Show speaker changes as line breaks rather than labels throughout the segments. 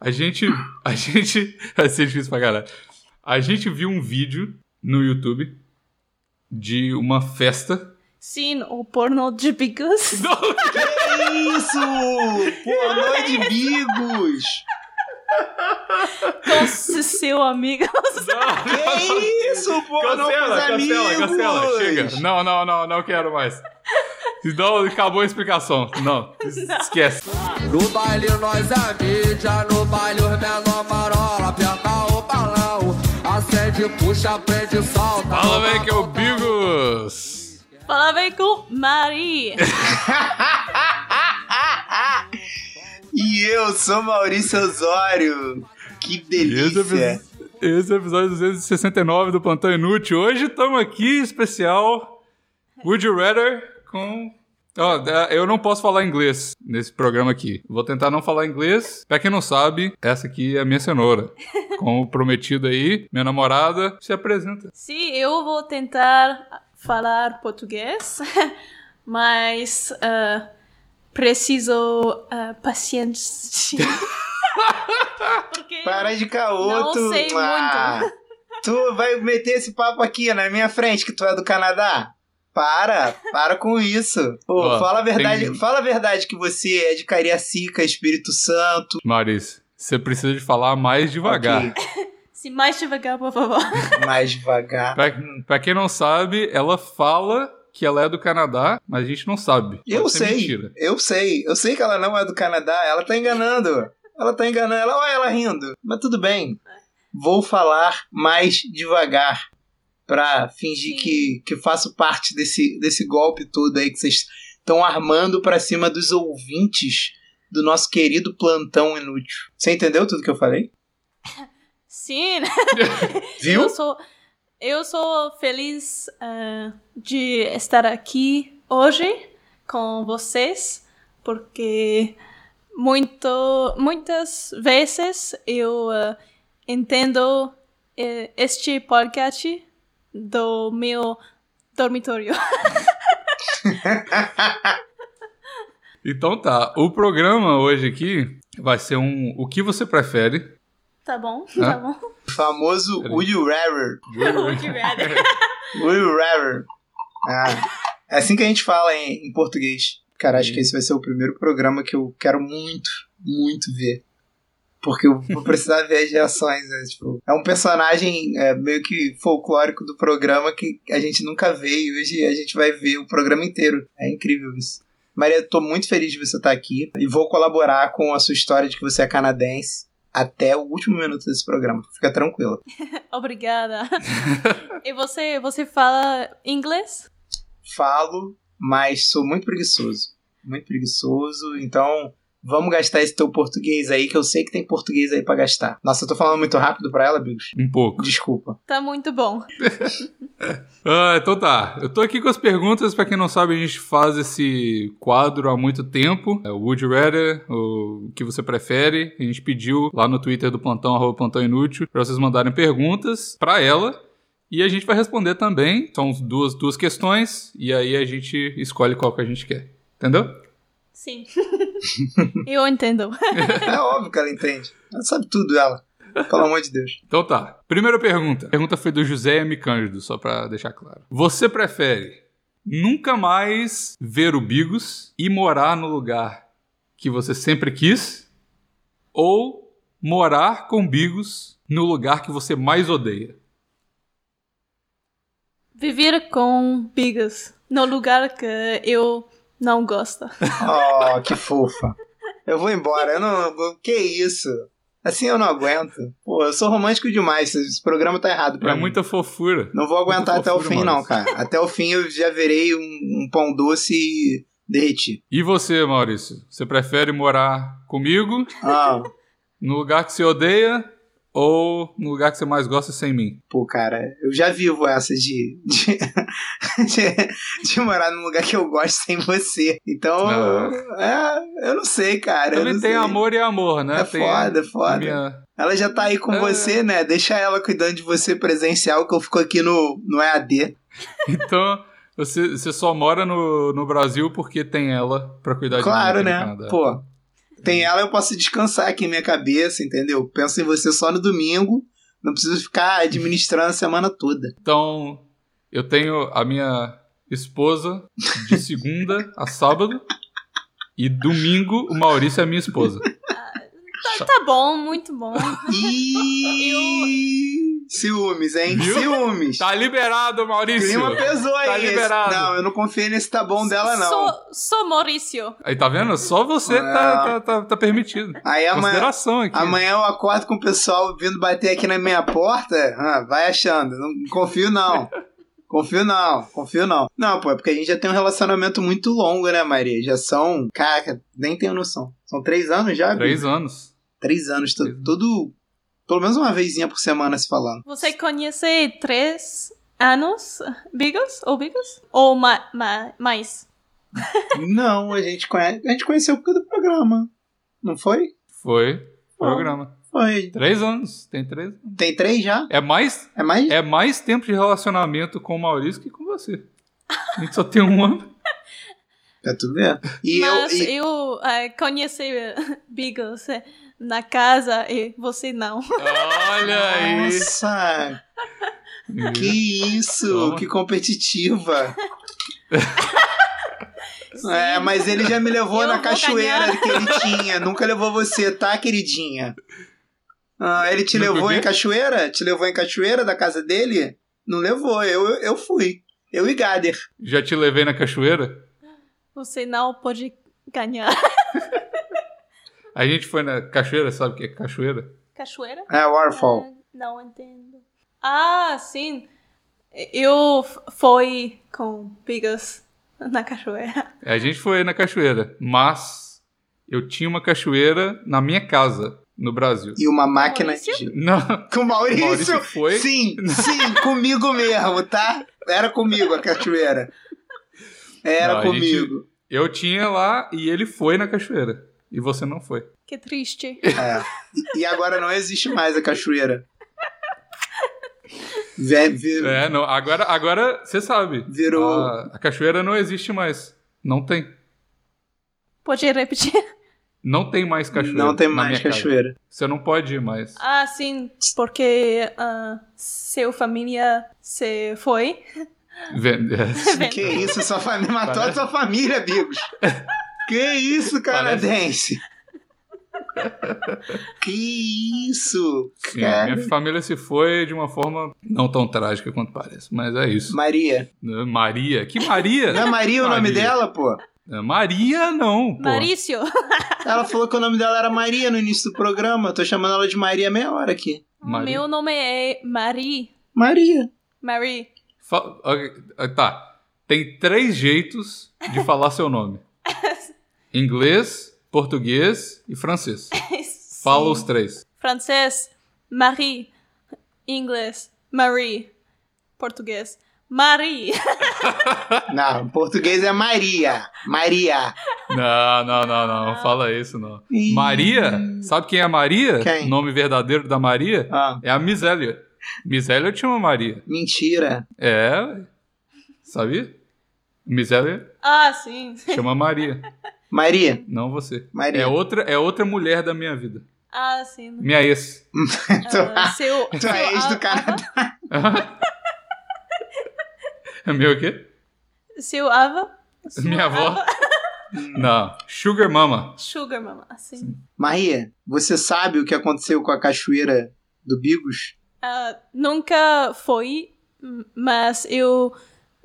A gente. A gente. Vai ser difícil pra caralho. A gente viu um vídeo no YouTube de uma festa.
Sim, o porno de Bigas.
Que isso? Pornô de bigos!
Nossa, seu amigo.
Que isso, pornô pros
Cancela,
amigos!
cancela, cancela, chega. Não, não, não, não quero mais. Não, acabou a explicação. Não, esquece.
No baile nós é mídia, no baile os menor marola, aperta o balão, acende, puxa, prende, solta.
Fala, velho, que é o Bigos.
Fala bem com Mari.
E eu sou Maurício Osório. Que
Esse,
delícia.
epi- esse episódio 269 do Plantão Inútil. Hoje estamos aqui, especial Would You Rather com... Ó, da- eu não posso falar inglês nesse programa aqui. Vou tentar não falar inglês. Pra quem não sabe, essa aqui é a minha cenoura. Como prometido aí, minha namorada se apresenta.
Sim, eu vou tentar falar português, mas ah, preciso ah, paciência. Porque
Para de caô,
Não
tu.
sei
Ah,
muito.
Tu vai meter esse papo aqui na minha frente que tu é do Canadá? Para, para com isso. Pô,
Ó,
fala a verdade,
tem-
fala a verdade que você é de Cariacica, Espírito Santo.
Maris, você precisa de falar mais devagar.
Ok,
se mais devagar, por favor.
mais devagar.
Pra, pra quem não sabe, ela fala que ela é do Canadá, mas a gente não sabe.
Eu
Pode ser
sei.
Mentira.
Eu sei, eu sei que ela não é do Canadá, ela tá enganando. Ela tá enganando, ela olha ela rindo. Mas tudo bem. Vou falar mais devagar pra fingir
Sim.
que, que faço parte desse, desse golpe todo aí que vocês estão armando pra cima dos ouvintes do nosso querido plantão inútil. Você entendeu tudo que eu falei?
Sim, né?
Viu?
eu sou eu sou feliz ah, de estar aqui hoje com vocês, porque muito muitas vezes eu ah, entendo eh, este podcast do meu dormitório.
Então tá, o programa hoje aqui vai ser um O que você prefere?
Tá bom?
Hã?
Tá bom.
O famoso
Peraí.
Will Rarer.
Muito obrigada.
Will Rarer. Ah, é assim que a gente fala em, em português. Cara, acho que esse vai ser o primeiro programa que eu quero muito, muito ver. Porque eu vou precisar ver as reações. né? Tipo, é um personagem é, meio que folclórico do programa que a gente nunca vê e hoje a gente vai ver o programa inteiro. É incrível isso. Maria, eu tô muito feliz de você estar aqui e vou colaborar com a sua história de que você é canadense até o último minuto desse programa. Fica tranquila.
Obrigada. E você, você fala inglês?
falo, mas sou muito preguiçoso. Muito preguiçoso. Então, vamos gastar esse teu português aí, que eu sei que tem português aí pra gastar. Nossa, eu tô falando muito rápido pra ela, Bigos.
Um pouco.
Desculpa.
Tá muito bom.
Ah, então tá, eu tô aqui com as perguntas, pra quem não sabe, a gente faz esse quadro há muito tempo. É o Would You Rather, o que você prefere. A gente pediu lá no Twitter do Plantão, arroba Plantão Inútil, pra vocês mandarem perguntas pra ela. E a gente vai responder também. São duas, duas questões, e aí a gente escolhe qual que a gente quer. Entendeu?
Sim. Eu entendo.
É óbvio que ela entende. Ela sabe tudo, ela. Pelo amor de Deus.
Então tá. Primeira pergunta. A pergunta foi do José M. Cândido, só pra deixar claro. Você prefere nunca mais ver o Bigos e morar no lugar que você sempre quis? Ou morar com Bigos no lugar que você mais odeia?
Viver com bigas no lugar que eu não gosto.
Oh, que fofa. Eu vou embora. Eu não. Que isso? Assim eu não aguento. Pô, eu sou romântico demais. Esse programa tá errado pra
É
mim.
muita fofura.
Não vou aguentar
Muita
até o
fofura,
fim, não,
Maurício.
cara. Até o fim eu já verei um, um pão doce e derreti.
E você, Maurício? Você prefere morar comigo
Ah,
no lugar que você odeia ou no lugar que você mais gosta sem mim?
Pô, cara, eu já vivo essa de, de, de, de morar num lugar que eu gosto sem você. Então, é, eu não sei, cara. Eu
Também
não
tem
sei.
amor e amor, né?
É
Tem
foda, é
a
foda.
minha-
Ela já tá aí com
É.
você, né? Deixa ela cuidando de você presencial, que eu fico aqui no, no EAD.
Então, você, você só mora no, no Brasil porque tem ela pra cuidar Tá de
Claro,
mim aqui no
né?
Canadá.
Pô, tem ela, eu posso descansar aqui em minha cabeça, entendeu? Penso em você só no domingo, não preciso ficar administrando a semana toda.
Então, eu tenho a minha esposa de segunda a sábado e domingo o Maurício é minha esposa.
Tá, tá bom, muito bom.
E ciúmes, hein?
Viu?
Ciúmes.
Tá liberado,
O
Maurício.
clima pesou aí. esse-
Tá liberado.
Não, eu não confiei nesse tá bom dela, não.
Sou, sou Maurício.
Aí tá vendo? Só você tá, tá, tá, tá permitido.
Aí amanhã,
Consideração aqui.
Ah. É amanhã eu acordo com o pessoal vindo bater aqui na minha porta. Ah, vai achando. Não confio, não. Confio não, confio não. Não, pô, é porque a gente já tem um relacionamento muito longo, né, Maria? Já são. Caraca, nem tenho noção. São três anos já, Bi?
Três anos.
Três anos, to-
Três anos.
todo. Pelo menos uma vezinha por semana se falando.
Você conhece três anos, Bigos? Ou Bigos? Ou ma- ma- mais?
Não, a gente conhece. A gente conheceu por causa do programa. Não foi?
Foi.
Bom.
Programa.
Foi.
Três anos. Tem três anos.
Tem três já?
É mais,
É mais?
é mais tempo de relacionamento com o Maurício que com você. A gente só tem um ano.
Tá tudo bem. E
Mas
eu.
eu,
e-
eh, conheci eh, Bigos eh, na casa e você não.
É,
Olha aí.
Nossa, que isso!
Toma.
Que competitiva! É, mas ele já me levou
Eu
na
vou
cachoeira
ganhar.
que ele tinha. Nunca levou você, tá, queridinha? Ah, ele te
Nunca o
levou
quê?
em cachoeira? Te levou em cachoeira da casa dele? Não levou, eu, eu fui. Eu e Gader.
Já te levei na cachoeira?
Você não pode ganhar.
A gente foi na cachoeira, sabe o que é cachoeira?
Cachoeira?
É, Warfall.
Ah, não entendo. Ah, sim. Eu f- fui com Bigos na cachoeira.
A gente foi na cachoeira, mas eu tinha uma cachoeira na minha casa, no Brasil.
E uma máquina
Maurício?
de...
Não,
Com o
o
Maurício?
Maurício foi.
Sim, sim, comigo mesmo, tá? Era comigo a cachoeira. Era
Não, a gente-
comigo.
Eu tinha lá e ele foi na cachoeira. E você não foi.
Que triste.
É. E agora não existe mais a cachoeira. Ve- vi-
É, não, agora, agora você sabe.
Virou.
A, a cachoeira não existe mais. Não tem.
Pode repetir?
Não tem mais cachoeira.
não tem
na
mais
minha casa.
cachoeira.
Você não pode ir mais.
Ah, sim, porque ah, seu família se foi.
Vem- é.
Que isso, sua família matou a
Parece-
sua família, Bigos. Que isso, canadense. Que isso,
Sim, é
cara.
minha família se foi de uma forma não tão trágica quanto parece, mas é isso.
Maria.
Né, Maria. Que Maria?
Não é Maria o nome
Maria.
dela, pô?
Né, Maria não, pô.
Maurício.
Ela falou que o nome dela era Maria no início do programa. Eu tô chamando ela de Maria meia hora aqui.
Maria.
Meu nome é Marie.
Maria.
Marie.
Fa- ok, Tá. Tem três jeitos de falar seu nome: inglês, português e francês. Fala os três.
Francês, Marie. Inglês, Marie. Português, Marie.
Não, em português é Maria. Maria.
Não, não, não, não. Não fala isso, não.
Ih.
Maria, sabe quem é a Maria?
Quem?
O nome verdadeiro da Maria?
Ah,
É a Miss Elliot. Miss Elliot chama Maria.
mentira.
É, ué. sabia? Miss Elliot
Ah, sim.
chama Maria,
Maria.
não você.
Maria.
É outra, é outra mulher da minha vida.
Ah, sim.
Minha ex.
Ah, seu,
Tu
seu
é ex do
av-
Canadá.
É Meu o quê?
Seu Ava? Sua
Minha avó.
Ava?
Não. Sugar Mama.
Sugar Mama, assim.
Maria, você sabe o que aconteceu com a cachoeira do Bigos?
Ah, nunca foi, mas eu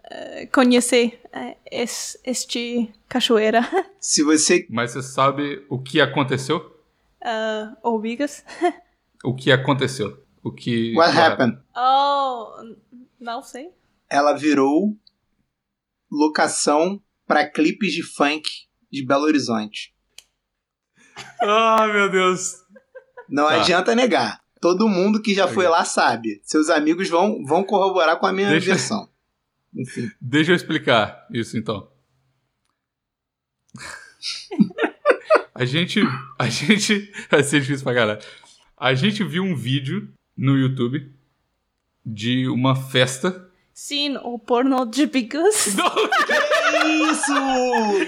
eh, conheci eh, es- este cachoeira,
Se você.
Mas você sabe o que aconteceu?
uh, ou Bigas.
O que aconteceu? O que.
What happened?
Oh, n- não sei.
Ela virou locação pra clipes de funk de Belo Horizonte.
Ah, meu Deus.
Não
Tá.
adianta negar. Todo mundo que já foi lá sabe. Seus amigos vão, vão corroborar com a minha
Deixa-
versão. Enfim.
Deixa eu explicar isso então. a gente. A gente. Vai ser difícil pra caralho. A gente viu um vídeo no YouTube de uma festa.
Sim, o porno de Bigas.
Não,
Que isso!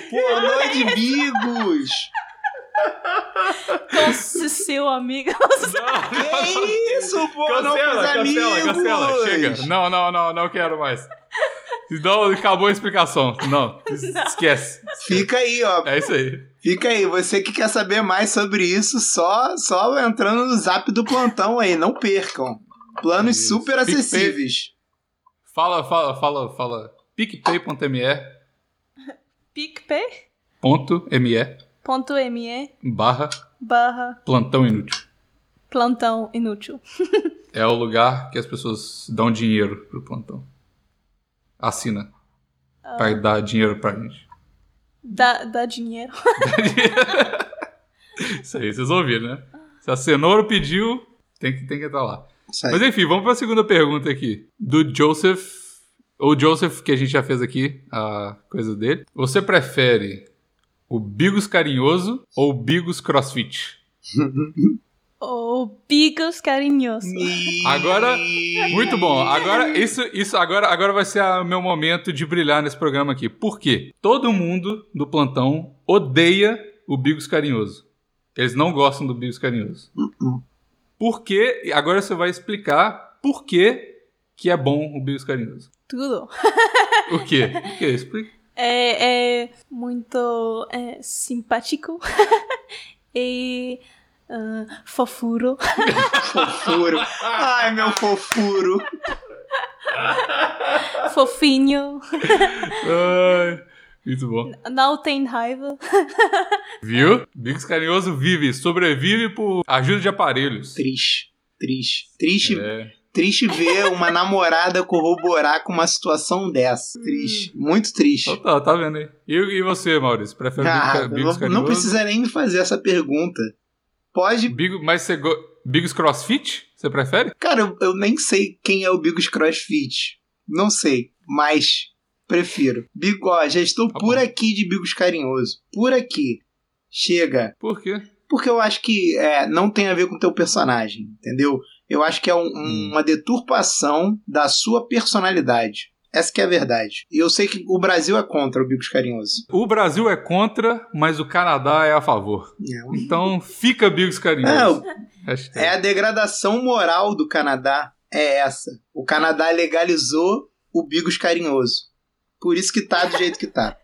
Pornô de bigos!
Com se- seu amigo.
Que isso, pô? não é
Cancela,
pros
cancela,
amigos.
cancela, chega. Não, não, não, não quero mais. Não, acabou a explicação. Não, esquece.
Fica aí, ó.
É isso aí.
Fica aí. Você que quer saber mais sobre isso, só, só entrando no zap do plantão aí. Não percam. Planos
Isso.
super acessíveis.
Fala, fala, fala, fala. picpay.me
picpay.me
ponto .me barra
barra
plantão inútil.
plantão inútil.
É o lugar que as pessoas dão dinheiro pro plantão. Assina.
Ah.
Pra dar dinheiro pra gente.
Dá, dá dinheiro.
Isso aí, vocês ouviram, né? Se a cenoura pediu, tem que, tem que entrar lá.
Isso aí.
Mas enfim, vamos pra segunda pergunta aqui. Do Joseph. Ou Joseph, que a gente já fez aqui, a coisa dele. Você prefere o Bigos carinhoso ou o Bigos crossfit?
Ou bigos Oh, carinhoso.
Agora- Muito bom. Agora isso, isso agora, agora vai ser o meu momento de brilhar nesse programa aqui. Por quê? Todo mundo do plantão odeia o Bigos Carinhoso. Eles não gostam do Bigos Carinhoso. Por quê? E Agora você vai explicar por que que é bom o Bigos Carinhoso.
Tudo.
O quê? O quê? Explica.
É, é muito é, simpático. e ah, fofuro.
Fofuro. Ai, meu fofuro.
Fofinho.
Ai, muito bom.
Não tem raiva.
Viu? Bigos Carinhoso vive, sobrevive por ajuda de aparelhos.
Triste. Triste. Triste,
É.
triste ver uma namorada corroborar com uma situação dessa. Triste. Muito triste.
Então tá, tá vendo aí. E, e você, Maurício? Prefere
Ah,
Bigos,
não,
Bigos Carinhoso?
não precisa nem me fazer essa pergunta. Pode.
Bigo, mas você go... Bigos CrossFit? Você prefere?
Cara, eu, eu nem sei quem é o Bigos Crossfit. Não sei, mas prefiro. Bigo, ó, já estou
Tá
por
bom.
aqui de Bigos Carinhoso. Por aqui. Chega.
Por quê?
Porque eu acho que é, não tem a ver com o teu personagem, entendeu? Eu acho que é um-
Hum.
uma deturpação da sua personalidade. Essa que é a verdade. E eu sei que o Brasil é contra o Bigos Carinhoso.
O Brasil é contra, mas o Canadá é a favor.
É,
Então fica Bigos Carinhoso. Hashtag.
É a degradação moral do Canadá. É essa. O Canadá legalizou o Bigos carinhoso. Por isso que tá do jeito que tá.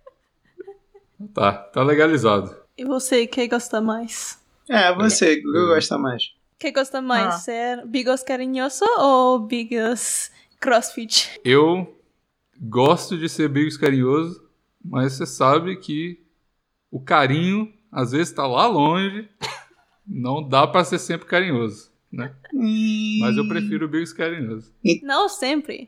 Tá, tá legalizado.
E você, que gosta mais?
É, você, o que eu gosto mais?
Que gosta mais?
Ah.
Ser bigos carinhoso ou bigos crossfit?
Eu gosto de ser Bigos Carinhoso, mas você sabe que o carinho às vezes tá lá longe. Não dá pra ser sempre carinhoso, né? Mas eu prefiro o Bigos Carinhoso.
Não sempre.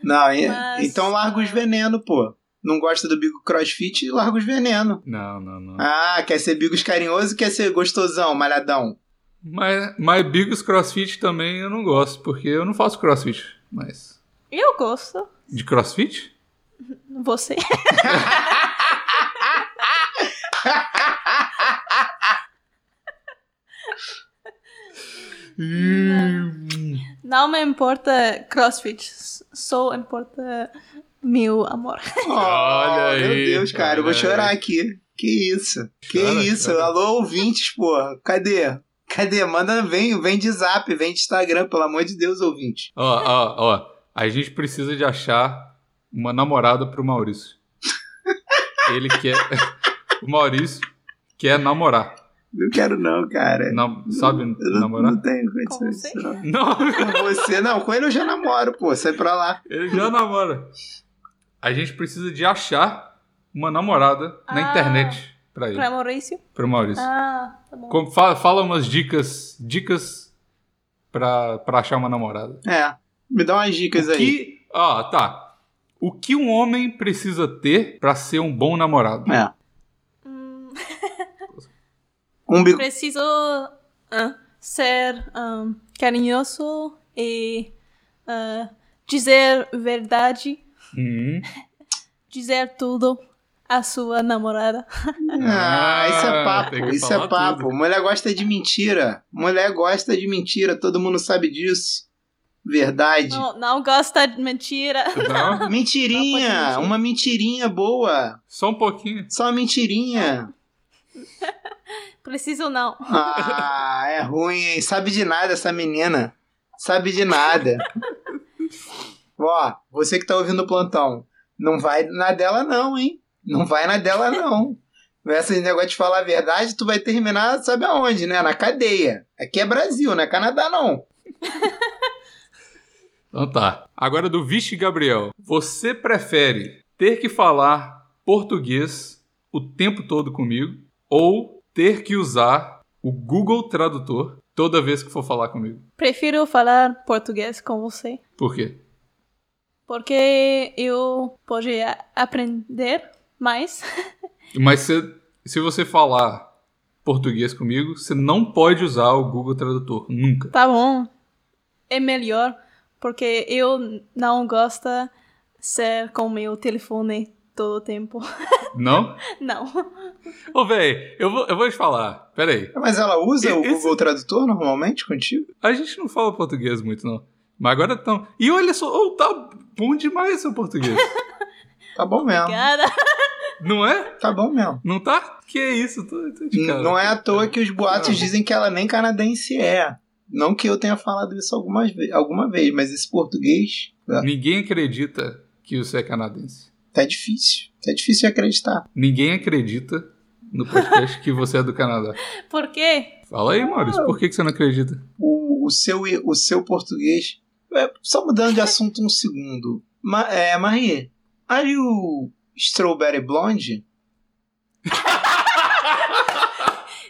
Não, e-
Mas-
então larga os veneno, pô. Não gosta do Bigo Crossfit? Larga os veneno.
Não, não, não.
Ah, quer ser Bigos carinhoso? Quer ser gostosão, malhadão?
Mas, mas Bigos CrossFit também eu não gosto, porque eu não faço CrossFit. Mas.
Eu gosto.
De CrossFit?
Você? Não me importa crossfit. s- Só importa meu amor.
Olha
Oh, Meu
aí,
Deus, cara, eu vou
olha
chorar
aí.
aqui. Que isso? Que
Chora,
isso?
chora.
Alô, ouvintes, porra. Cadê? Cadê? Manda, vem, vem de zap, vem de Instagram, pelo amor de Deus, ouvinte.
Ó, ó, ó. A gente precisa de achar uma namorada pro Maurício. Ele quer. o Maurício quer namorar.
Não quero não, cara.
Nam- sabe
Eu não,
namorar?
não tenho
Com você?
condições. não.
Não,
Com você, não. Com ele eu já namoro, pô. Sai pra lá.
ele já namora. A gente precisa de achar uma namorada na
Ah.
internet pra ele,
Pra Maurício?
pro Maurício.
é Ah, tá bom.
Como- fa- fala umas dicas, dicas pra, pra achar uma namorada.
É. Me dá umas dicas
O
aí.
que, ah, tá. O que um homem precisa ter pra ser um bom namorado?
É.
Hum,
Um bico.
preciso ah, ser ah, carinhoso e ah, dizer verdade,
Hum.
dizer tudo à sua namorada.
Ah, isso é
Ah, tem
papo,
que
isso
falar
é papo.
tudo.
Mulher gosta de mentira. Mulher gosta de mentira, todo mundo sabe disso. Verdade.
Não, não gosta de mentira.
Não?
Mentirinha,
Não, pode mentir.
uma mentirinha boa.
Só um pouquinho.
Só uma mentirinha.
Preciso não.
Ah, é ruim, hein? Sabe de nada essa menina. Sabe de nada. Ó, você que tá ouvindo o plantão, não vai na dela não, hein? Não vai na dela não. Esse negócio de falar a verdade, tu vai terminar sabe aonde, né? Na cadeia. Aqui é Brasil, não é Canadá não.
Então tá. Agora do Vixe Gabriel. Você prefere ter que falar português o tempo todo comigo ou ter que usar o Google Tradutor toda vez que for falar comigo?
Prefiro falar português com você.
Por quê?
Porque eu posso a- aprender mais.
Mas se, se você falar português comigo, você não pode usar o Google Tradutor. Nunca.
Tá bom. É melhor. Porque eu não gosto ser com meu telefone todo o tempo.
Não?
Não.
Ô, véi, eu vou, eu vou te falar. Pera aí.
Mas ela usa o
Esse-
Google Tradutor normalmente contigo?
A gente não fala português muito, não. Mas agora estão. E olha só, oh, tá bom demais seu português.
Tá bom mesmo.
Cara,
não é?
Tá bom mesmo.
Não tá? Que isso? Tô, tô de
N-
cara.
Não é à toa que os boatos
Não.
dizem que ela nem canadense é. Não que eu tenha falado isso algumas ve alguma vez, mas esse português ah,
Ninguém acredita que você é canadense.
tá difícil. Tá difícil de acreditar.
Ninguém acredita no podcast que você é do Canadá.
por quê?
Fala aí, Maurício, por que, que você não acredita?
O, o, seu, i- o seu português. é, Só mudando de assunto um segundo. Ma é, Marie, are you Strawberry Blonde?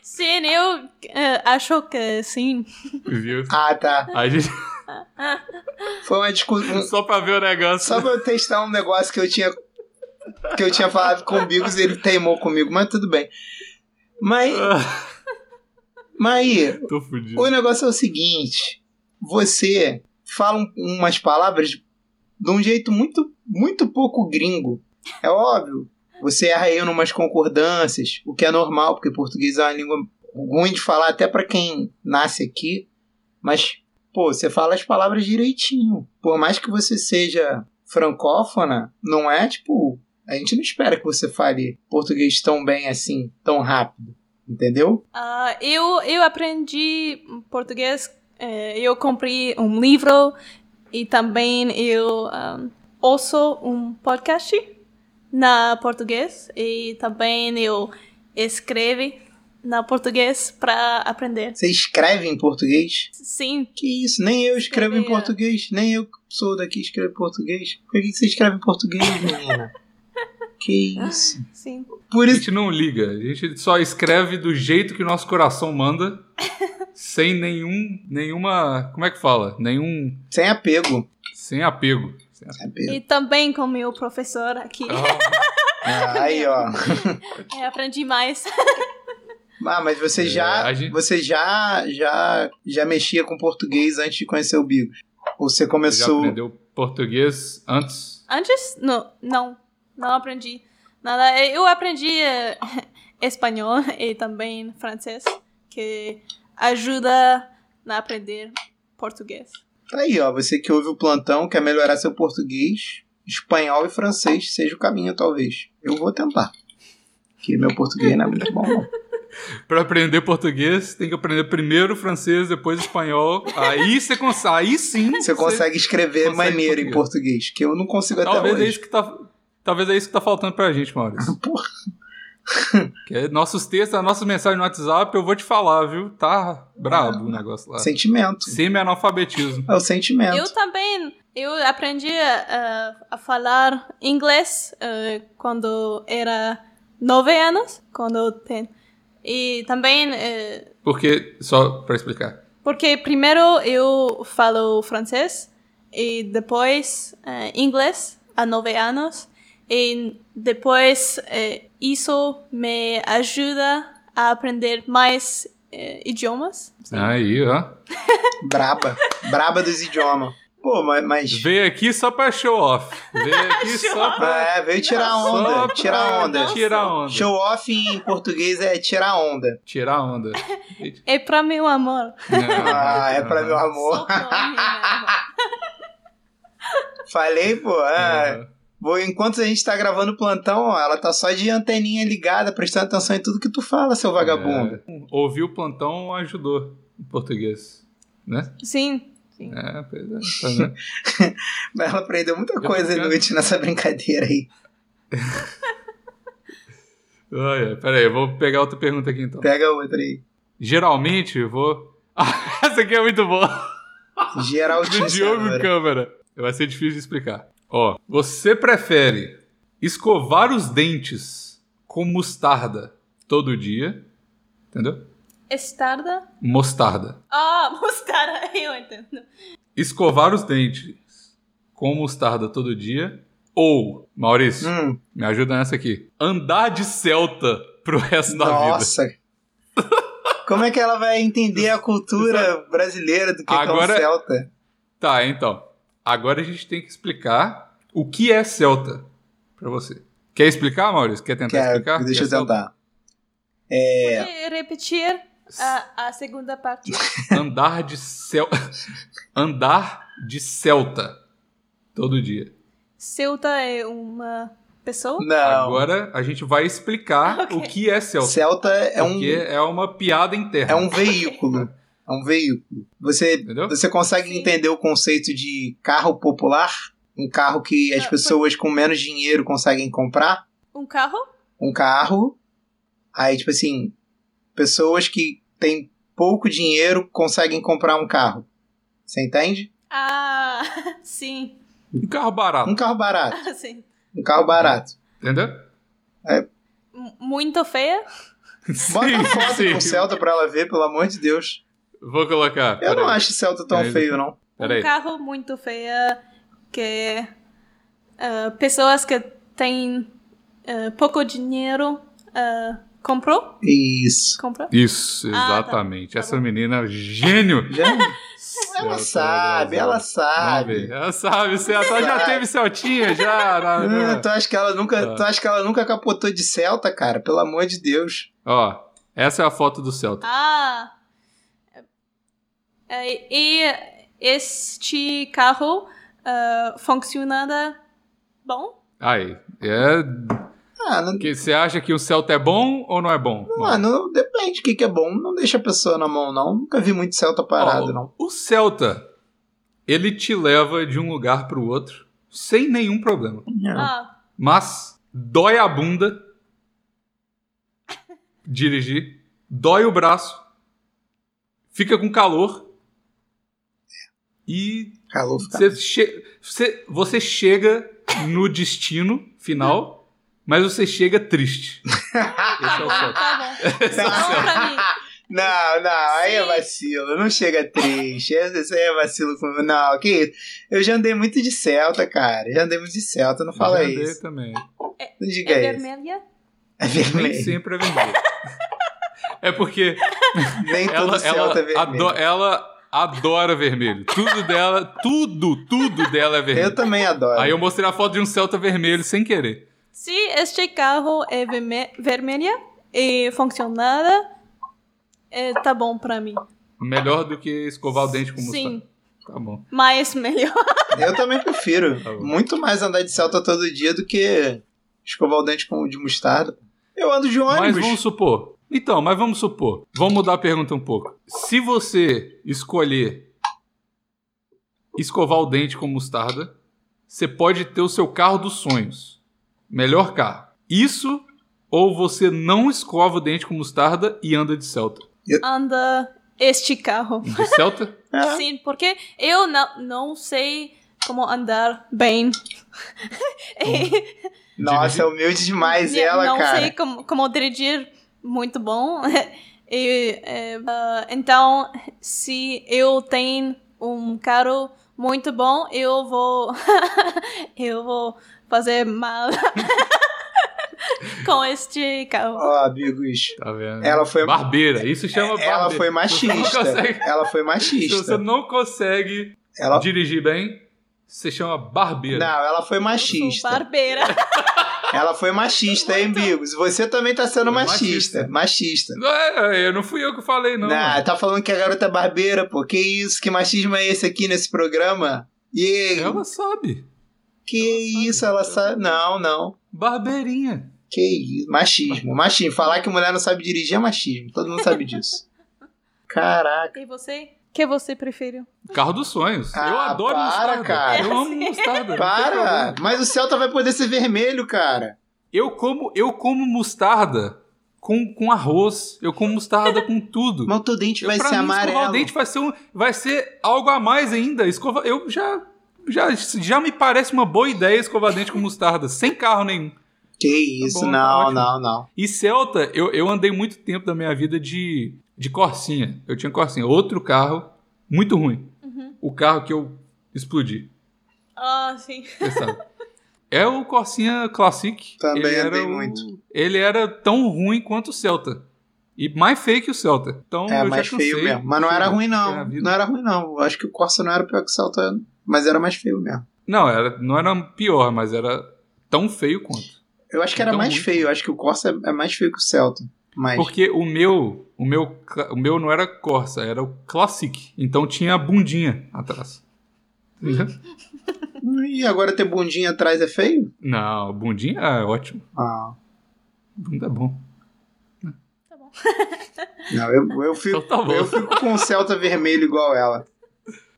Sim, eu eh, acho que sim.
Viu?
Ah, tá.
A gente,
Foi uma discussão.
só pra ver o negócio.
Só pra eu testar um negócio que eu tinha. Que eu tinha falado com o Bigos e ele teimou comigo, mas tudo bem. Mas,
Ah,
Marie,
tô fudido.
O negócio é o seguinte: você fala um- umas palavras de um jeito muito, muito pouco gringo. É óbvio. Você erra aí numas concordâncias, o que é normal, porque português é uma língua ruim de falar até pra quem nasce aqui. Mas, pô, você fala as palavras direitinho. Por mais que você seja francófona, não é tipo. A gente não espera que você fale português tão bem assim, tão rápido. Entendeu?
Ah, eu, eu aprendi português, eh, eu comprei um livro e também eu ah, ouço um podcast na português e também eu escrevo na português para aprender.
Você escreve em português?
Sim,
Que isso, nem eu escrevo em
Escrevia.
português, nem eu que sou daqui escrevo em português. Por que que você escreve em português, menina? que isso.
sim.
Por
A
isso,
gente não liga, a gente só escreve do jeito que o nosso coração manda, sem nenhum, nenhuma, como é que fala? Nenhum,
sem apego.
sem apego. Sem apego.
Sem apego.
E também com meu professor aqui,
Ah,
Ah, aí, ó.
eu aprendi mais.
Ah, mas você
É,
já,
a gente-
você já, já, já mexia com português antes de conhecer o Bigos? Ou você
você já
começou...
aprendeu português antes?
Antes, não, não, não aprendi nada. Eu aprendi eh, espanhol e também francês, que ajuda a aprender português.
Tá Aí, ó, você que ouve o plantão, quer melhorar seu português, espanhol e francês, seja o caminho, talvez. Eu vou tentar. Porque meu português não é muito bom, não.
Pra aprender português, tem que aprender primeiro francês, depois espanhol. Aí você consegue, aí sim.
Você consegue escrever
consegue
maneiro em
português.
português, que eu não consigo até
Talvez é
hoje.
isso que tá, talvez é isso que tá faltando pra gente, Maurício.
Porra,
Que é nossos textos, as nossas mensagens no WhatsApp, eu vou te falar, viu? Tá brabo o negócio lá.
sentimento.
Semi-analfabetismo.
É o sentimento.
Eu também, eu aprendi a, a- a falar inglês eh, quando era nove anos, quando eu tenho. E também eh,
Porque, só pra explicar,
Porque primeiro eu falo francês e depois eh, inglês há nove anos e depois eh, isso me ajuda a aprender mais eh, idiomas.
Aí, ó.
Braba. Braba dos idiomas. Pô, mas. mas...
Veio aqui só pra show off. Veio aqui só pra.
É, veio tirar
só
onda.
pra
Tirar onda.
Tirar onda.
Show off em português é tirar onda.
Tirar onda.
É pra meu amor.
Ah, é pra meu amor.
Só pra mim, meu amor.
Falei, pô. ah,
É.
Vou, enquanto a gente tá gravando o plantão, ó, ela tá só de anteninha ligada, prestando atenção em tudo que tu fala, seu vagabundo.
É. Ouviu o plantão ajudou em português, né?
Sim. sim.
É, pois é, tá vendo?
Mas ela aprendeu muita coisa
quero-
inútil nessa brincadeira aí.
Ai, ai, peraí, eu vou pegar outra pergunta aqui então.
Pega outra aí.
Geralmente eu vou. Ah, essa aqui é muito boa.
Geraldinho.
Do Diogo
Sávora.
Câmara. Vai ser difícil de explicar. Ó, você prefere escovar os dentes com mostarda todo dia? Entendeu?
Estarda?
Mostarda.
Ah, mostarda, eu entendo.
escovar os dentes com mostarda todo dia ou, Maurício,
Hum,
me ajuda nessa aqui, andar de Celta pro resto da vida.
nossa. Como é que ela vai entender a cultura brasileira do que,
Agora-
que é um celta?
Tá, então. Agora a gente tem que explicar o que é Celta pra você. Quer explicar, Maurício? Quer tentar
Quero,
explicar? o que
deixa
é
eu
Celta?
tentar. É.
Pode repetir a, a segunda parte.
Andar de Celta. andar de Celta todo dia.
Ceuta é uma pessoa?
Não.
Agora a gente vai explicar
Ok.
o que é Celta.
Celta é um,
Porque é uma piada interna.
é um veículo. É um veículo. Você,
Entendeu?
você consegue
Sim.
entender o conceito de carro popular? Um carro que as
É,
Ah,
pessoas com menos dinheiro conseguem comprar?
Um carro?
Um carro. Aí, tipo assim, pessoas que têm pouco dinheiro conseguem comprar um carro. Você entende?
Ah, sim.
Um carro barato,
Um carro barato.
Ah, sim.
Um carro barato.
entendeu?
M- Muito feia?
Bota
Sim,
a foto
sim.
com o Celta pra ela ver, pelo amor de Deus.
Vou colocar.
Eu não
peraí,
acho o Celta tão
Peraí.
feio, não.
Peraí.
Um carro muito feia que ah, pessoas que têm ah, pouco dinheiro ah, comprou?
Isso.
Comprou?
Isso,
Ah, tá.
exatamente.
Tá
Essa
bom.
menina é um gênio.
Já-
Celta
ela sabe,
brasileira.
ela
Vamos
sabe.
ver. Ela sabe, você ela já
Sabe.
teve Celtinha, já. na-
Ah,
na-
tu, acha que ela nunca,
né? Ah.
tu acha que ela nunca capotou de Celta, cara? Pelo amor de Deus.
Ó, essa é a foto do Celta.
Ah. Ah, E este carro ah, funciona bom?
Aí, é.
Ah, não,
que- Você acha que o Celta é bom ou não é bom?
mano, não- depende do que, que é bom. Não deixa a pessoa na mão, não. Nunca vi muito Celta parado,
Ó,
não.
O Celta, ele te leva de um lugar pro outro sem nenhum problema.
Não.
Ah,
Mas dói a bunda dirigir, dói o braço, fica com calor e
Calor fica.
você, che- você- você chega no destino final, mas você chega triste. Esse é o fato.
tá bom. Bom pra mim. É
Não, não, aí é
Sim.
vacilo. Não chega triste. Isso aí é vacilo comigo. Não, que isso. Eu já andei muito de Celta, cara. Já andei muito de Celta, não fala
Já andei
isso.
também.
Não diga
É
isso.
vermelha?
É
Nem
vermelho.
sempre é vermelho. É porque
Nem todo
ela,
Celta é
ela,
vermelho.
ado- ela adora vermelho. Tudo dela, tudo, tudo dela é vermelho.
Eu também adoro.
Aí eu mostrei a foto de um Celta vermelho sem querer.
Se este carro é verme- vermelha e funcionada, é, tá bom pra mim.
Melhor do que escovar o dente com mostarda.
Sim,
Tá bom.
mas melhor.
Eu também prefiro.
Tá bom.
Muito mais andar de Celta todo dia do que escovar o dente com de mostarda. Eu ando de
Mas
ônibus.
vamos supor. Então, mas vamos supor. Vamos mudar a pergunta um pouco. Se você escolher escovar o dente com mostarda, você pode ter o seu carro dos sonhos. Melhor carro. Isso ou você não escova o dente com mostarda e anda de Celta?
Anda este carro.
De Celta?
É.
Sim, porque eu não, não sei como andar bem.
Nossa, é humilde demais
Eu
ela,
não
cara.
sei como, como dirigir muito bom. E, é, ah, então, se eu tenho um carro muito bom, eu vou. eu vou fazer mal com este carro.
Ó, amigos.
Tá vendo?
Ela foi- É,
Barbeira. Isso chama barbeira.
Ela foi
Você
machista.
não consegue-
Ela foi
Se você
machista.
não consegue
Ela...
dirigir bem, você chama barbeira.
Não, ela foi
Eu sou
machista.
barbeira.
Ela foi machista, hein, Bigos? Você também tá sendo
Foi
machista. Machista.
Não, é, eu não fui eu que falei, não.
Não, tá falando que a garota é barbeira, pô. Que isso? Que machismo é esse aqui nesse programa? E
Ela sabe.
Que isso, ela sabe. Não, não.
Barbeirinha.
Que isso. Machismo. Machismo. Falar que mulher não sabe dirigir é machismo. Todo mundo sabe disso. Caraca.
E você? que você prefere?
Carro dos sonhos.
Ah,
eu adoro
para,
mostarda.
cara.
Eu amo mostarda.
Para! Mas o Celta vai poder ser vermelho, cara.
Eu como, eu como mostarda com, com arroz. Eu como mostarda com tudo.
Mas o teu dente
Eu,
vai
pra
ser
mim, escovar
amarelo.
o dente vai ser, um, vai ser algo a mais ainda. Escova, eu já, já, já me parece uma boa ideia escovar dente com mostarda, sem carro nenhum.
Que isso,
bom, tá
não,
ótimo.
não, não.
E Celta, eu, eu andei muito tempo da minha vida de, de Corsinha. Eu tinha Corsinha, outro carro muito ruim.
Uhum.
O carro que eu explodi,
Ah, sim.
você sabe. É o Corsinha Classic.
Também
Ele era um
andei
o-
muito.
Ele era tão ruim quanto o Celta. E mais feio que o Celta. Então,
É
eu
mais
já
feio
cansei.
mesmo. Mas não era ruim,
É a
não.
vida.
Não era ruim, não. Eu acho que o Corsa não era pior que o Celta, mas era mais feio mesmo.
Não, era, não era pior, mas era tão feio quanto.
Eu acho que era
Então,
mais
muito.
feio. Eu acho que o Corsa é- é mais feio que o Celta. Mas.
Porque o meu, o meu, cla- o meu não era Corsa, era o Classic. Então tinha a bundinha atrás. Entendeu?
Uhum. E agora ter bundinha atrás é feio?
Não, bundinha é ótimo.
Ah.
Bunda é bom.
Não, eu, eu, fico,
Então tá bom.
eu fico com o Celta vermelho igual ela.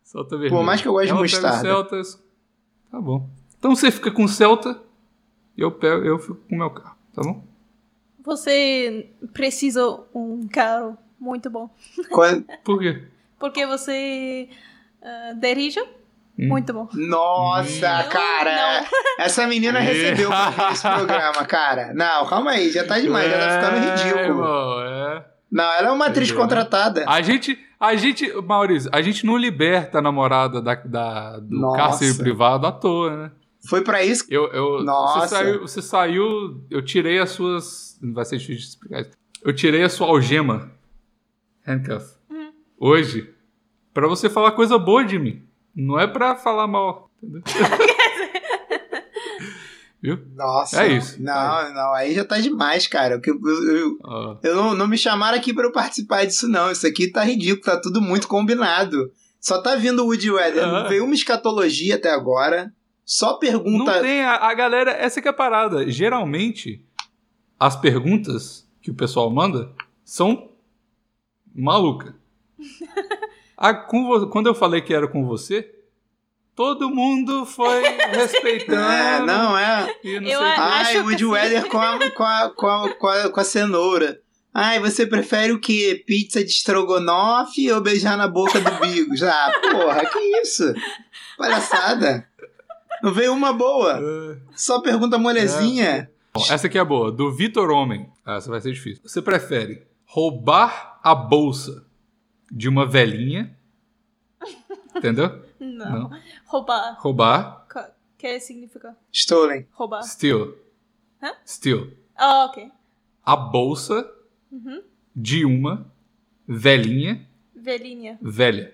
Celta vermelho.
mais que eu goste de
Ela pega o
mostarda.
Celtas. Tá bom. Então você fica com o Celta e eu, pego, eu fico com o meu carro, tá bom?
Você precisa um carro muito bom.
Quando-
Por quê?
Porque você ah, dirige
Hum.
muito bom.
Nossa,
Hum.
Ah, cara! Essa
É.
menina recebeu esse programa, cara. Não, calma aí, já tá demais, já tá ficando
É,
ridículo.
irmão, é.
Não, ela é uma atriz
Entendeu, né?
contratada.
A gente, a gente, Maurício, a gente não liberta a namorada da, da- do
Nossa.
cárcere privado à toa, né?
Foi pra isso.
Eu, eu,
Nossa.
Você saiu, você saiu. Eu tirei as suas. Vai ser difícil de explicar isso. Eu tirei a sua algema. Handcuff. Hoje. Pra você falar coisa boa de mim. Não é pra falar mal. entendeu? Viu?
Nossa.
É isso.
Não, não, aí já tá demais, cara. Eu, eu- eu-
Ó,
eu não, não me chamaram aqui pra eu participar disso, não. Isso aqui tá ridículo, tá tudo muito combinado. Só tá vindo o Woody Weather.
Ah.
Não veio uma escatologia até agora. Só
não
pergunta.
tem. A, a galera. Essa que é a parada. Geralmente, as perguntas que o pessoal manda são maluca. A- com vo- quando eu falei que era com você, todo mundo foi respeitando.
É, não, é.
E não
Eu
sei o quê.
a-
Ai,
Acho
o
que sim.
Woodweather com a, com, a, com, a, com, a, com a cenoura. Ai, você prefere o quê? Pizza de estrogonofe ou beijar na boca do Bigos? Ah, porra, que isso? Palhaçada. Não veio uma boa. Só pergunta molezinha.
Bom, essa aqui é boa, do Vitor Homem. Ah, Essa vai ser difícil. Você prefere roubar a bolsa de uma velhinha? Entendeu?
Não. Roubar.
Roubar,
O que significa
Stolen.
roubar?
steal.
Hã?
Steal.
Ah, ok.
A bolsa
Uhum.
de uma velhinha,
Velhinha.
velha,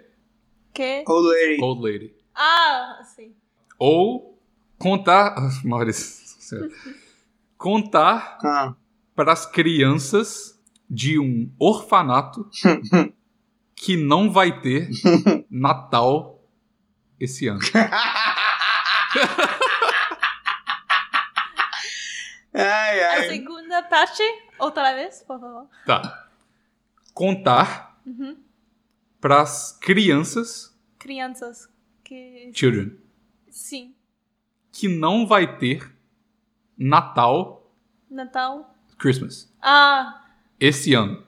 Que?
Ou Larry.
old lady.
Ah, sim.
Ou contar. Maurício. sério. contar
Ah.
para as crianças de um orfanato que não vai ter Natal esse ano.
Ai,
A
ai.
segunda parte, outra vez, por favor.
Tá. Contar
Uhum.
para as crianças,
Crianças que.
children,
Sim.
que não vai ter Natal,
Natal.
Christmas,
Ah,
esse ano.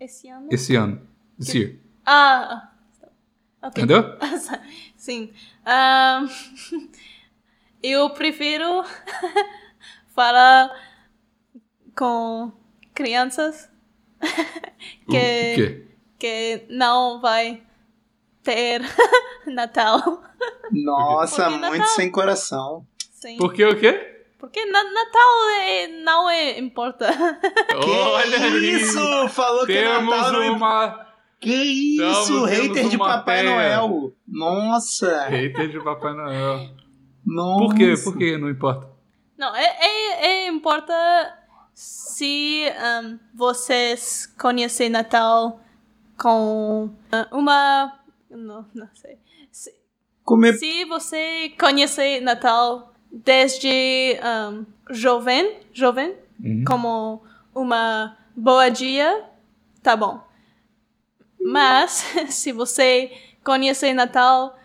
esse ano.
Esse ano. This year.
Ah, ah. ok.
Entendeu?
Sim. Ahn, eu prefiro falar com crianças
O-
Que-
O quê?
que não vai ter Natal.
Nossa,
Porque
muito
Natal-
sem coração.
Sim.
Porque o quê?
Porque na- Natal é- não é, importa.
Olha
que
aí.
isso! Falou que é
Temos
Natal não importa.
uma
Que isso!
Tamo-
Hater
temos
de
uma
Papai
teia.
Noel. Nossa.
hater de Papai Noel.
Nossa.
Por quê? Por quê? Não importa.
Não, é, é- é importa se ahn, vocês conhecem Natal com ah, uma... Não, não sei. Se-
Comer
Se você conhece Natal desde um, jovem, jovem, como uma boa dia, tá bom. Mas se você conhece Natal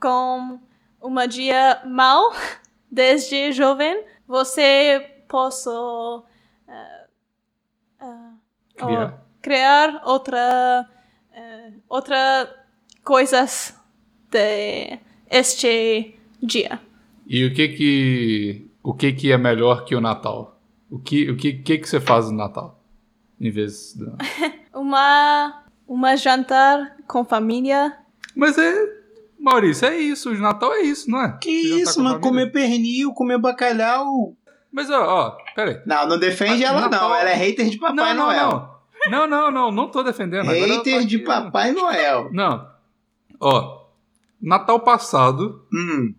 com uma dia mal, desde jovem, você possa ah, ah, oh,
Criar.
criar outra eh, outra coisas de este dia.
E o que que o que que é melhor que o Natal? O que o que que, que você faz no Natal? Em vez da...
Uma uma jantar com família.
Mas é Maurício, é isso, o Natal é isso, não é?
Que
Jantar
isso,
com a
mano?
família.
Comer pernil, comer bacalhau.
Mas ó, ó, peraí.
Não, não defende
Ah,
ela,
Natal.
não. Ela é hater de Papai
não,
Noel.
não. Não, não, não, não tô defendendo. Agora eu tô
Hater de
aqui, né?
Papai Noel.
Não. Ó, Natal passado,
Hum,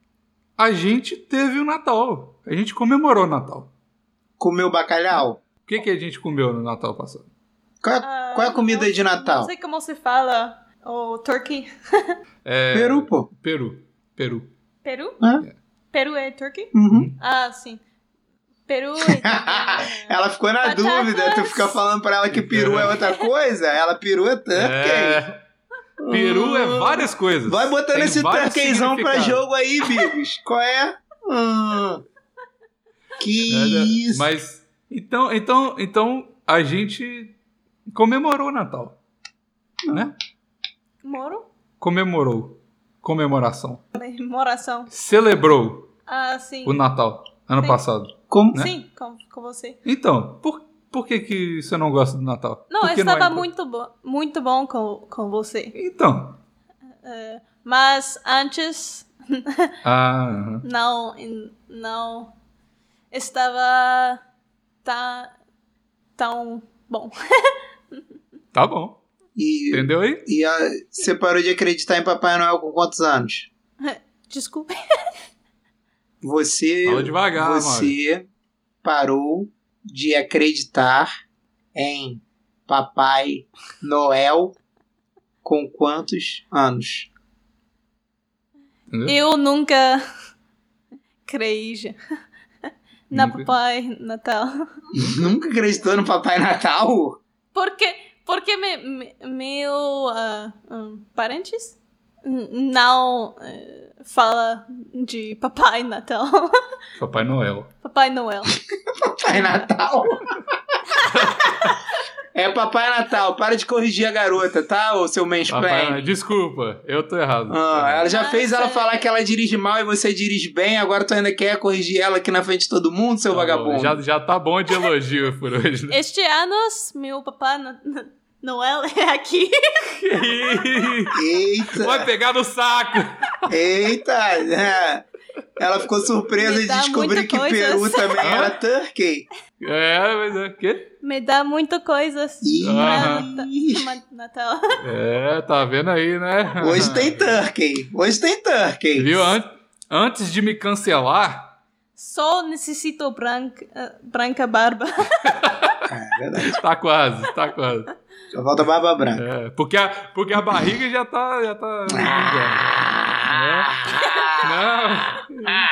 a gente teve o Natal. A gente comemorou o Natal.
comeu bacalhau?
O que que a gente comeu no Natal passado?
Qual é, qual é a comida de Natal?
Ah, Não sei como se fala. O turkey.
É,
Peru, pô.
Peru. Peru.
Peru?
Hã?
Peru é turkey?
Uhum.
Ah, sim. Peru é turkey.
ela ficou na
Batatas.
dúvida. Tu fica falando pra ela que peru é outra coisa? Ela peru é turkey.
É. Peru é várias coisas.
Ah, Vai botando
Tem
esse
vários
turkeyzão pra
significados.
jogo aí, Bigos. qual é? Hum. Que
É, né?
isso.
Mas então, então, então a gente comemorou o Natal,
Ah.
né?
Moro?
Comemorou, comemoração,
Moração.
celebrou
Ah, sim.
o Natal ano
Sim.
passado.
Como?
né?
Sim, com, com você.
Então, por, por que que você não gosta do Natal?
Não,
Por que
estava
é impor-
muito, bo muito bom com, com você.
Então,
Mas antes,
ah, aham.
não, em- não estava tá, tão bom.
tá bom,
E,
entendeu aí?
e a, você parou de acreditar em Papai Noel com quantos anos?
Desculpe.
Você,
Fala devagar, Mauro.
você parou de acreditar em Papai Noel com quantos anos?
Entendeu?
Eu nunca creí já. na
Nunca?
Papai Natal.
Nunca acreditou no Papai Natal?
Porque, porque me, me- meu ah, hum, parentes n- não eh, fala de Papai Natal,
Papai Noel.
Papai Noel.
Papai Natal? é Papai Natal, para de corrigir a garota, tá, ô seu
Papai
mansplaining?
Noel. Desculpa, eu tô errado.
Ah, ela já
Ah,
fez ela
sério?
falar que ela dirige mal e você dirige bem, agora tu ainda quer corrigir ela aqui na frente de todo mundo, seu
Tá bom,
vagabundo?
Já, já tá bom de elogio por hoje. Né?
Este ano meu Papai Na- Na- Noel é aqui.
Eita,
Vai pegar no saco!
eita, né? Ela ficou surpresa
Me
de
dá
descobrir
muita
que
coisa.
Peru também
Hã?
era turkey.
É, mas é. Quê?
Me dá muita coisas
Ih,
Ah.
pra Nata- Ma- Natal.
É, tá vendo aí, né?
Hoje tem turkey, hoje tem turkey.
Viu? An- antes de me cancelar,
Só necessito branca, ah, branca barba.
É verdade,
tá quase, tá quase.
só falta barba branca.
É, porque, a, porque a barriga já tá. né? Já
Ah.
tá é.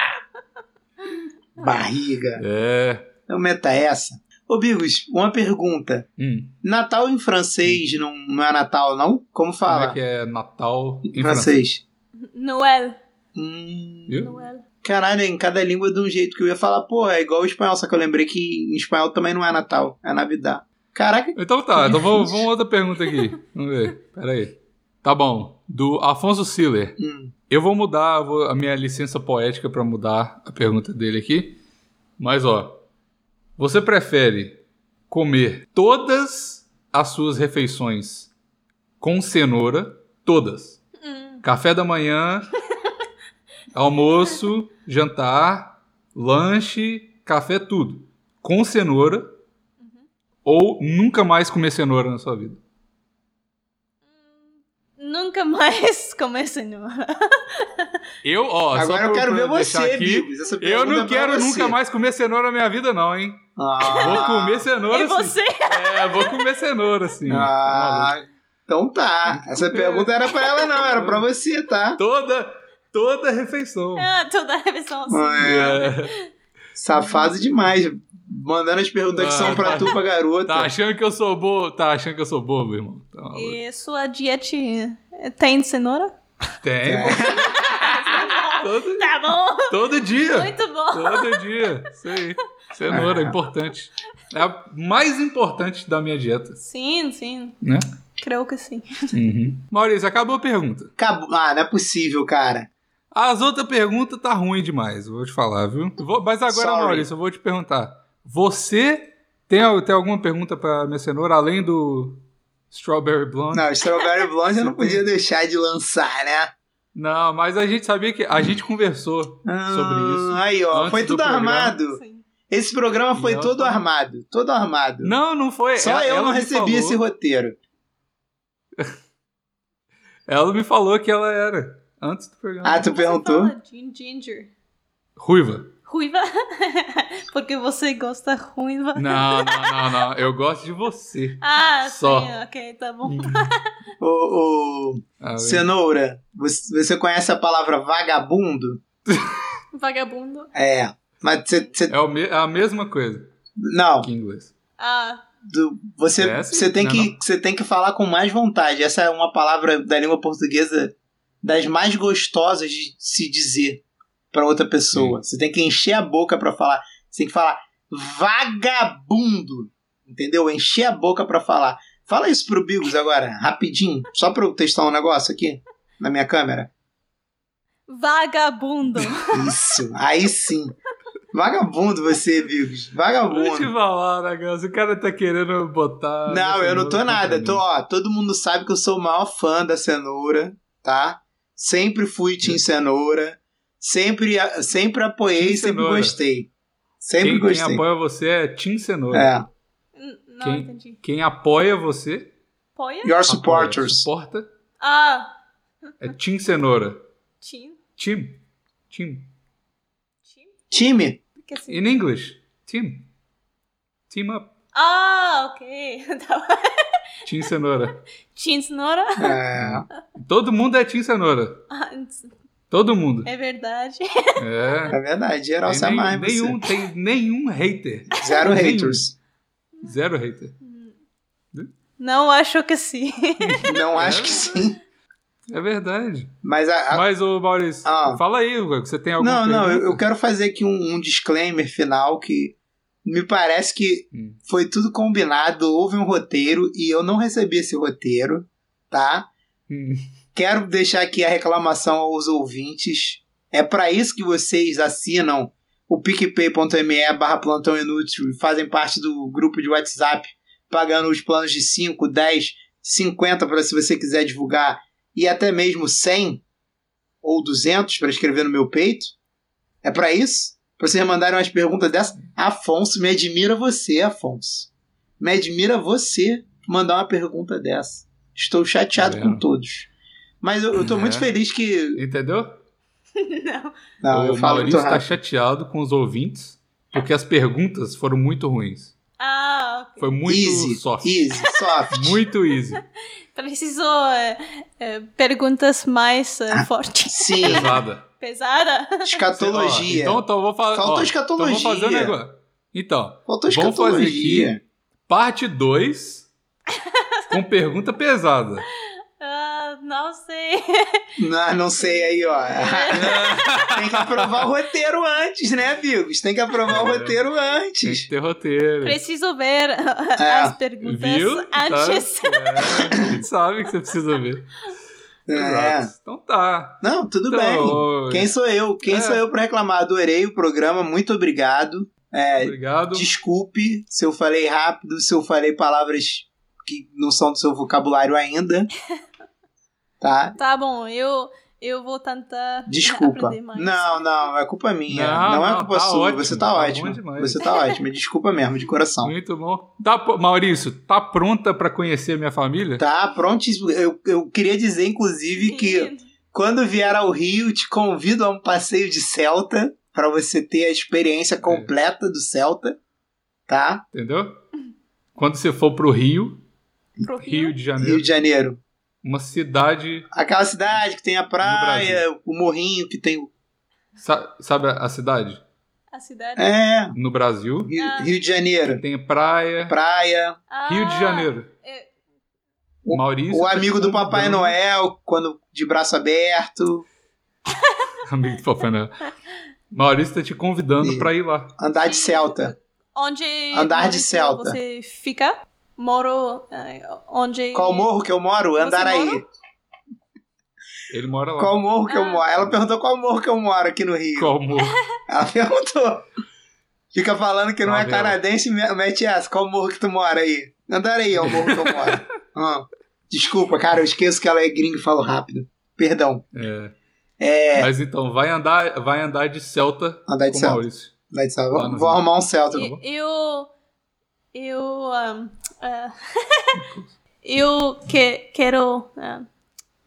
Barriga.
Não. É.
Não meta essa. Ô, Bigos, uma pergunta.
Hum,
Natal em francês não, não é Natal, não? Como
como
fala?
é que é Natal em francês?
francês.
Noel.
Hum,
Viu?
Noel.
caralho, em cada língua é de um jeito que eu ia falar, porra, é igual o espanhol, só que eu lembrei que em espanhol também não é Natal, é Navidad. Caraca,
Então tá, então vamos, vamos outra pergunta aqui. Vamos ver. Pera aí. Tá bom. Do Afonso Siller.
hum,
Eu vou mudar eu vou- a minha licença poética pra mudar a pergunta dele aqui. Mas ó, você prefere comer todas as suas refeições com cenoura, todas?
Hum.
Café da manhã, almoço, jantar, lanche, café, tudo. Com cenoura ou nunca mais comer cenoura na sua vida?
Nunca mais comer cenoura.
Eu, ó, só
agora eu
pra-
quero
pra
ver
deixar
você,
aqui,
Bigos. essa
Eu
pergunta é
não
pra
quero
você.
nunca mais comer cenoura na minha vida, não, hein?
Ah,
Vou tá comer cenoura
e
sim.
você?
É, vou comer cenoura sim. Tá maluco.
Ah, então tá, essa pergunta era pra ela não, era pra você, tá?
Toda, Toda refeição.
Ah, toda a revisão assim.
É,
Safado é demais. Mandando as perguntas que são pra tu, pra garota.
Ah, tá achando que eu sou bobo? Tá achando que eu sou bobo, irmão? Tá maluco.
E sua dieta eh, tem cenoura?
Tem.
É.
todo,
Tá bom,
todo dia.
muito bom.
Todo dia. Isso aí. Cenoura, é importante. É a mais importante da minha dieta,
Sim, sim,
né?
creio que sim.
Uhum.
Maurício, acabou a pergunta.
Acabou- Ah, não é possível, cara.
As outras perguntas tá ruim demais, vou te falar, viu? Vou- mas agora,
Sorry.
Maurício, eu vou te perguntar. Você tem, al- tem alguma pergunta pra minha cenoura, além do Strawberry Blonde?
Não, Strawberry Blonde eu não podia deixar de lançar, né?
Não, mas a gente sabia que... A gente conversou sobre isso.
Ah, Aí, ó,
Antes
foi
do
tudo
programa.
armado.
Sim.
Esse programa foi
Não.
todo armado. Todo armado.
Não, não foi.
Só
Ela-
eu
ela
não
me
recebi
falou-
esse roteiro.
Ela me falou que ela era, antes do programa.
Ah, tu
Como você
perguntou?
fala? Gin- Ginger.
Ruiva.
Ruiva? Porque você gosta ruiva.
Não, não, não, não. Eu gosto de você.
Ah,
Só.
sim, ok, tá bom.
Ô, ô,
Ah,
Cenoura, você, você conhece a palavra vagabundo?
Vagabundo.
É. Mas você. você-
É o me- a mesma coisa
Não,
que em inglês.
Ah,
do- você,
É, sim.
você, tem
Não,
que,
não.
você tem que falar com mais vontade. Essa é uma palavra da língua portuguesa das mais gostosas de se dizer pra outra pessoa. Você tem que encher a boca pra falar. Você tem que falar vagabundo. Entendeu? Encher a boca pra falar. Fala isso pro Bigos agora, rapidinho. Só pra eu testar um negócio aqui na minha câmera.
vagabundo.
Isso, aí sim. Vagabundo você, Bigos.
Vou te
Vagabundo.
falar, negócio. O cara tá querendo botar.
Não, eu não tô
cenoura
nada.
contra
Tô,
mim.
ó, todo mundo sabe que eu sou o maior fã da cenoura, tá? Sempre fui Team Cenoura. Sempre, a- sempre apoiei,
Hum. Team
sempre
Cenoura.
gostei. Sempre
Quem, quem
gostei.
apoia você é Tim Cenoura.
É.
N- Não
Quem?
entendi.
Quem apoia você.
Poia?
Your
apoia,
supporters.
Suporta
Ah,
é Tim Cenoura.
Tim?
Tim. Tim.
Tim?
Time?
Que assim?
In English. Tim. Team up.
Ah, ok. Tá bom.
Tim Cenoura.
Tim cenoura?
É.
Todo mundo é Tim Cenoura.
Ah,
Todo mundo.
É verdade.
É.
É verdade, geral
Tem
se
nem-
amar em você.
nenhum, tem nenhum hater.
Zero
Nenhum.
haters.
Zero hater.
Não acho que sim.
Não
É.
acho que sim.
É verdade.
Mas a, a-
Mas, ô Maurício,
Ah.
fala aí, Hugo, você tem alguma
Não, não, eu, eu
pergunta?
quero fazer aqui um, um disclaimer final que me parece que
Hum.
foi tudo combinado, houve um roteiro e eu não recebi esse roteiro, tá?
Hum.
Quero deixar aqui a reclamação aos ouvintes. É pra isso que vocês assinam o picpay.me barra plantão inútil e fazem parte do grupo de WhatsApp, pagando os planos de 5, 10, 50 para se você quiser divulgar e até mesmo 100 ou 200 para escrever no meu peito. É pra isso? Pra vocês mandarem umas perguntas dessa? Afonso, me admira você, Afonso. Me admira você mandar uma pergunta dessa. Estou chateado
Tá vendo?
com todos. Mas eu, eu tô
É.
muito feliz que.
Entendeu?
Não.
Não, Ah, eu
o
falo muito
Maurício tá
rápido.
chateado com os ouvintes, porque as perguntas foram muito ruins.
Ah, ok.
Foi muito
easy,
soft.
easy, soft.
Muito easy.
Preciso eh, eh, perguntas mais eh,
Ah.
fortes.
Sim,
Pesada.
Pesada?
Ó,
escatologia.
Então, então eu vou falar.
Faltou
ó,
escatologia.
Então eu vou fazer um negócio. Então,
Faltou
vamos fazer
escatologia.
aqui parte 2 com pergunta pesada.
Ah, não sei.
Ah, Não, não sei aí, ó.
É.
Tem que aprovar o roteiro antes, né, amigos? Tem que aprovar o
É.
roteiro
Tem
antes.
que ter roteiro.
Preciso ver
É,
as perguntas
Viu? Tá?
antes.
É, a gente sabe que você precisa ver.
É.
Exato. Então tá.
Não, tudo
Então,
bem.
ô,
Quem sou eu? Quem
É.
sou eu pra reclamar? Adorei o programa, muito obrigado. É,
Obrigado.
desculpe se eu falei rápido, se eu falei palavras que não são do seu vocabulário ainda. Tá?
Tá bom, eu, eu vou tentar
Desculpa.
aprender mais.
Não, não, é culpa minha.
Não,
Não, é
não,
culpa
tá
sua.
ótimo,
Você
tá
tá
bom
ótimo.
demais.
Você tá ótimo. Desculpa mesmo, de coração.
Muito bom. Tá, pô- Maurício, tá pronta pra conhecer minha família?
Tá, pronto. Eu, eu queria dizer, inclusive, que Quando vier ao Rio, te convido a um passeio de Celta pra você ter a experiência completa do Celta, tá?
Entendeu? Quando você for pro Rio,
Pro Rio?
Rio de Janeiro,
Rio de Janeiro.
Uma cidade.
Aquela cidade que tem a praia, o morrinho que tem. o-
sa- sabe a a cidade?
A cidade.
É,
No Brasil
Rio,
Ah.
Rio de Janeiro.
tem praia.
Praia.
Ah,
Rio de Janeiro.
é-
O-
Maurício. tá
o amigo do
Fernando
Papai
Branco.
Noel, quando de braço aberto.
Amigo do Papai Noel. Maurício tá te convidando
E-
pra ir lá.
Andar de Celta.
Onde.
Andar de
onde
Celta.
Você fica? Moro. eh, Onde.
Qual morro que eu moro? Andaraí.
Ele mora lá.
Qual morro que eu
Ah.
moro? Ela perguntou qual morro que eu moro aqui no Rio.
Como?
Ela perguntou. Fica falando que não
Tá
é
vendo?
canadense, me- mete essa. Qual morro que tu mora aí? Andaraí é o morro que eu moro. Ah, Desculpa, cara, eu esqueço que ela é gringa e falo rápido. Perdão.
É.
É,
Mas então, vai andar, vai andar de Celta
Andar de
com
Celta.
Maurício.
vai de salva.
Lá no
Vou
Rio.
arrumar um Celta.
Tá bom.
E- Eu. Eu. ahn, ah, eu que, quero ahn,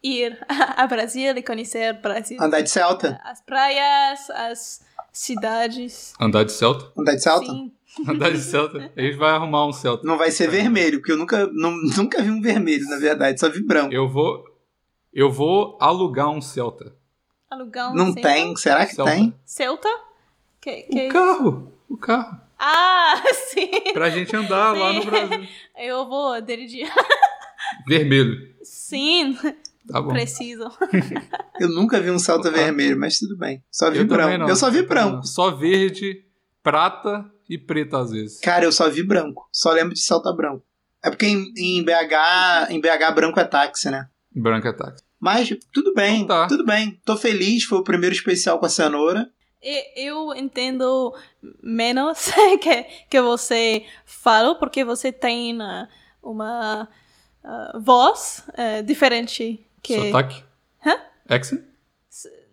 ir a Brasil e conhecer Brasil.
Ah,
Andar de Celta?
As praias, as cidades.
Andar de Celta?
Andar de Celta?
Sim.
Andar de Celta. A gente vai arrumar um Celta.
Não vai ser vermelho, porque eu nunca, nu- nunca vi um vermelho, na verdade, só vi branco.
Eu vou. Eu vou alugar um Celta.
Alugar um
Não
Celta.
tem? Será que
Celta.
tem?
Celta? Que, que...
O carro! O carro.
Ah, sim.
Pra gente andar lá no
Sim.
Brasil.
Eu vou dirigir.
Vermelho.
Sim,
Tá bom.
preciso.
Eu nunca vi um Celta
Ah.
vermelho, mas tudo bem. Só vi
Eu também
branco.
não.
Eu só vi
Eu também
branco.
não. Só verde, prata e preta às vezes.
Cara, eu só vi branco. Só lembro de Celta branco. É porque em, em BH, em BH branco é táxi, né?
Branca é táxi.
Mas tudo bem,
Então tá.
tudo bem. Tô feliz, foi o primeiro especial com a cenoura.
E- Eu entendo menos que, que você fala, porque você tem ah, uma ah, voz ah, diferente. Que...
Sotaque.
Hã?
Accent?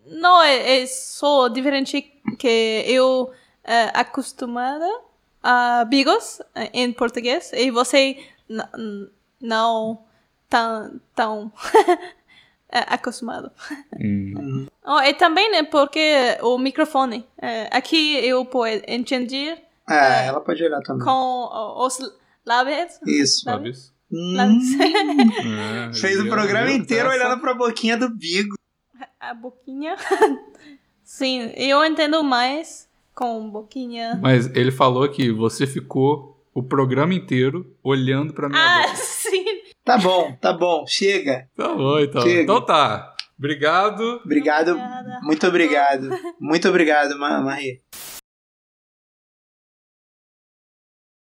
Não, é, é só diferente que eu ah, acostumada a amigos ah, em português e você n- n- não tão, tão ah, acostumado.
Hum,
Oh, e também é porque o microfone. eh, aqui eu posso entender
Ah, ela pode olhar também.
com os lábios.
Isso.
sabe isso?
Hum,
lábios
É,
fez o
eu-
programa
eu-
inteiro
essa-
olhando pra boquinha do Bigo.
a boquinha. Sim, eu entendo mais com boquinha.
Mas ele falou que você ficou o programa inteiro olhando pra minha
Ah,
boca.
sim.
Tá bom, tá bom, chega.
Tá bom, então.
Chega.
Então tá. Obrigado.
Obrigado,
Obrigada.
muito obrigado. Muito obrigado, Ma- Marie.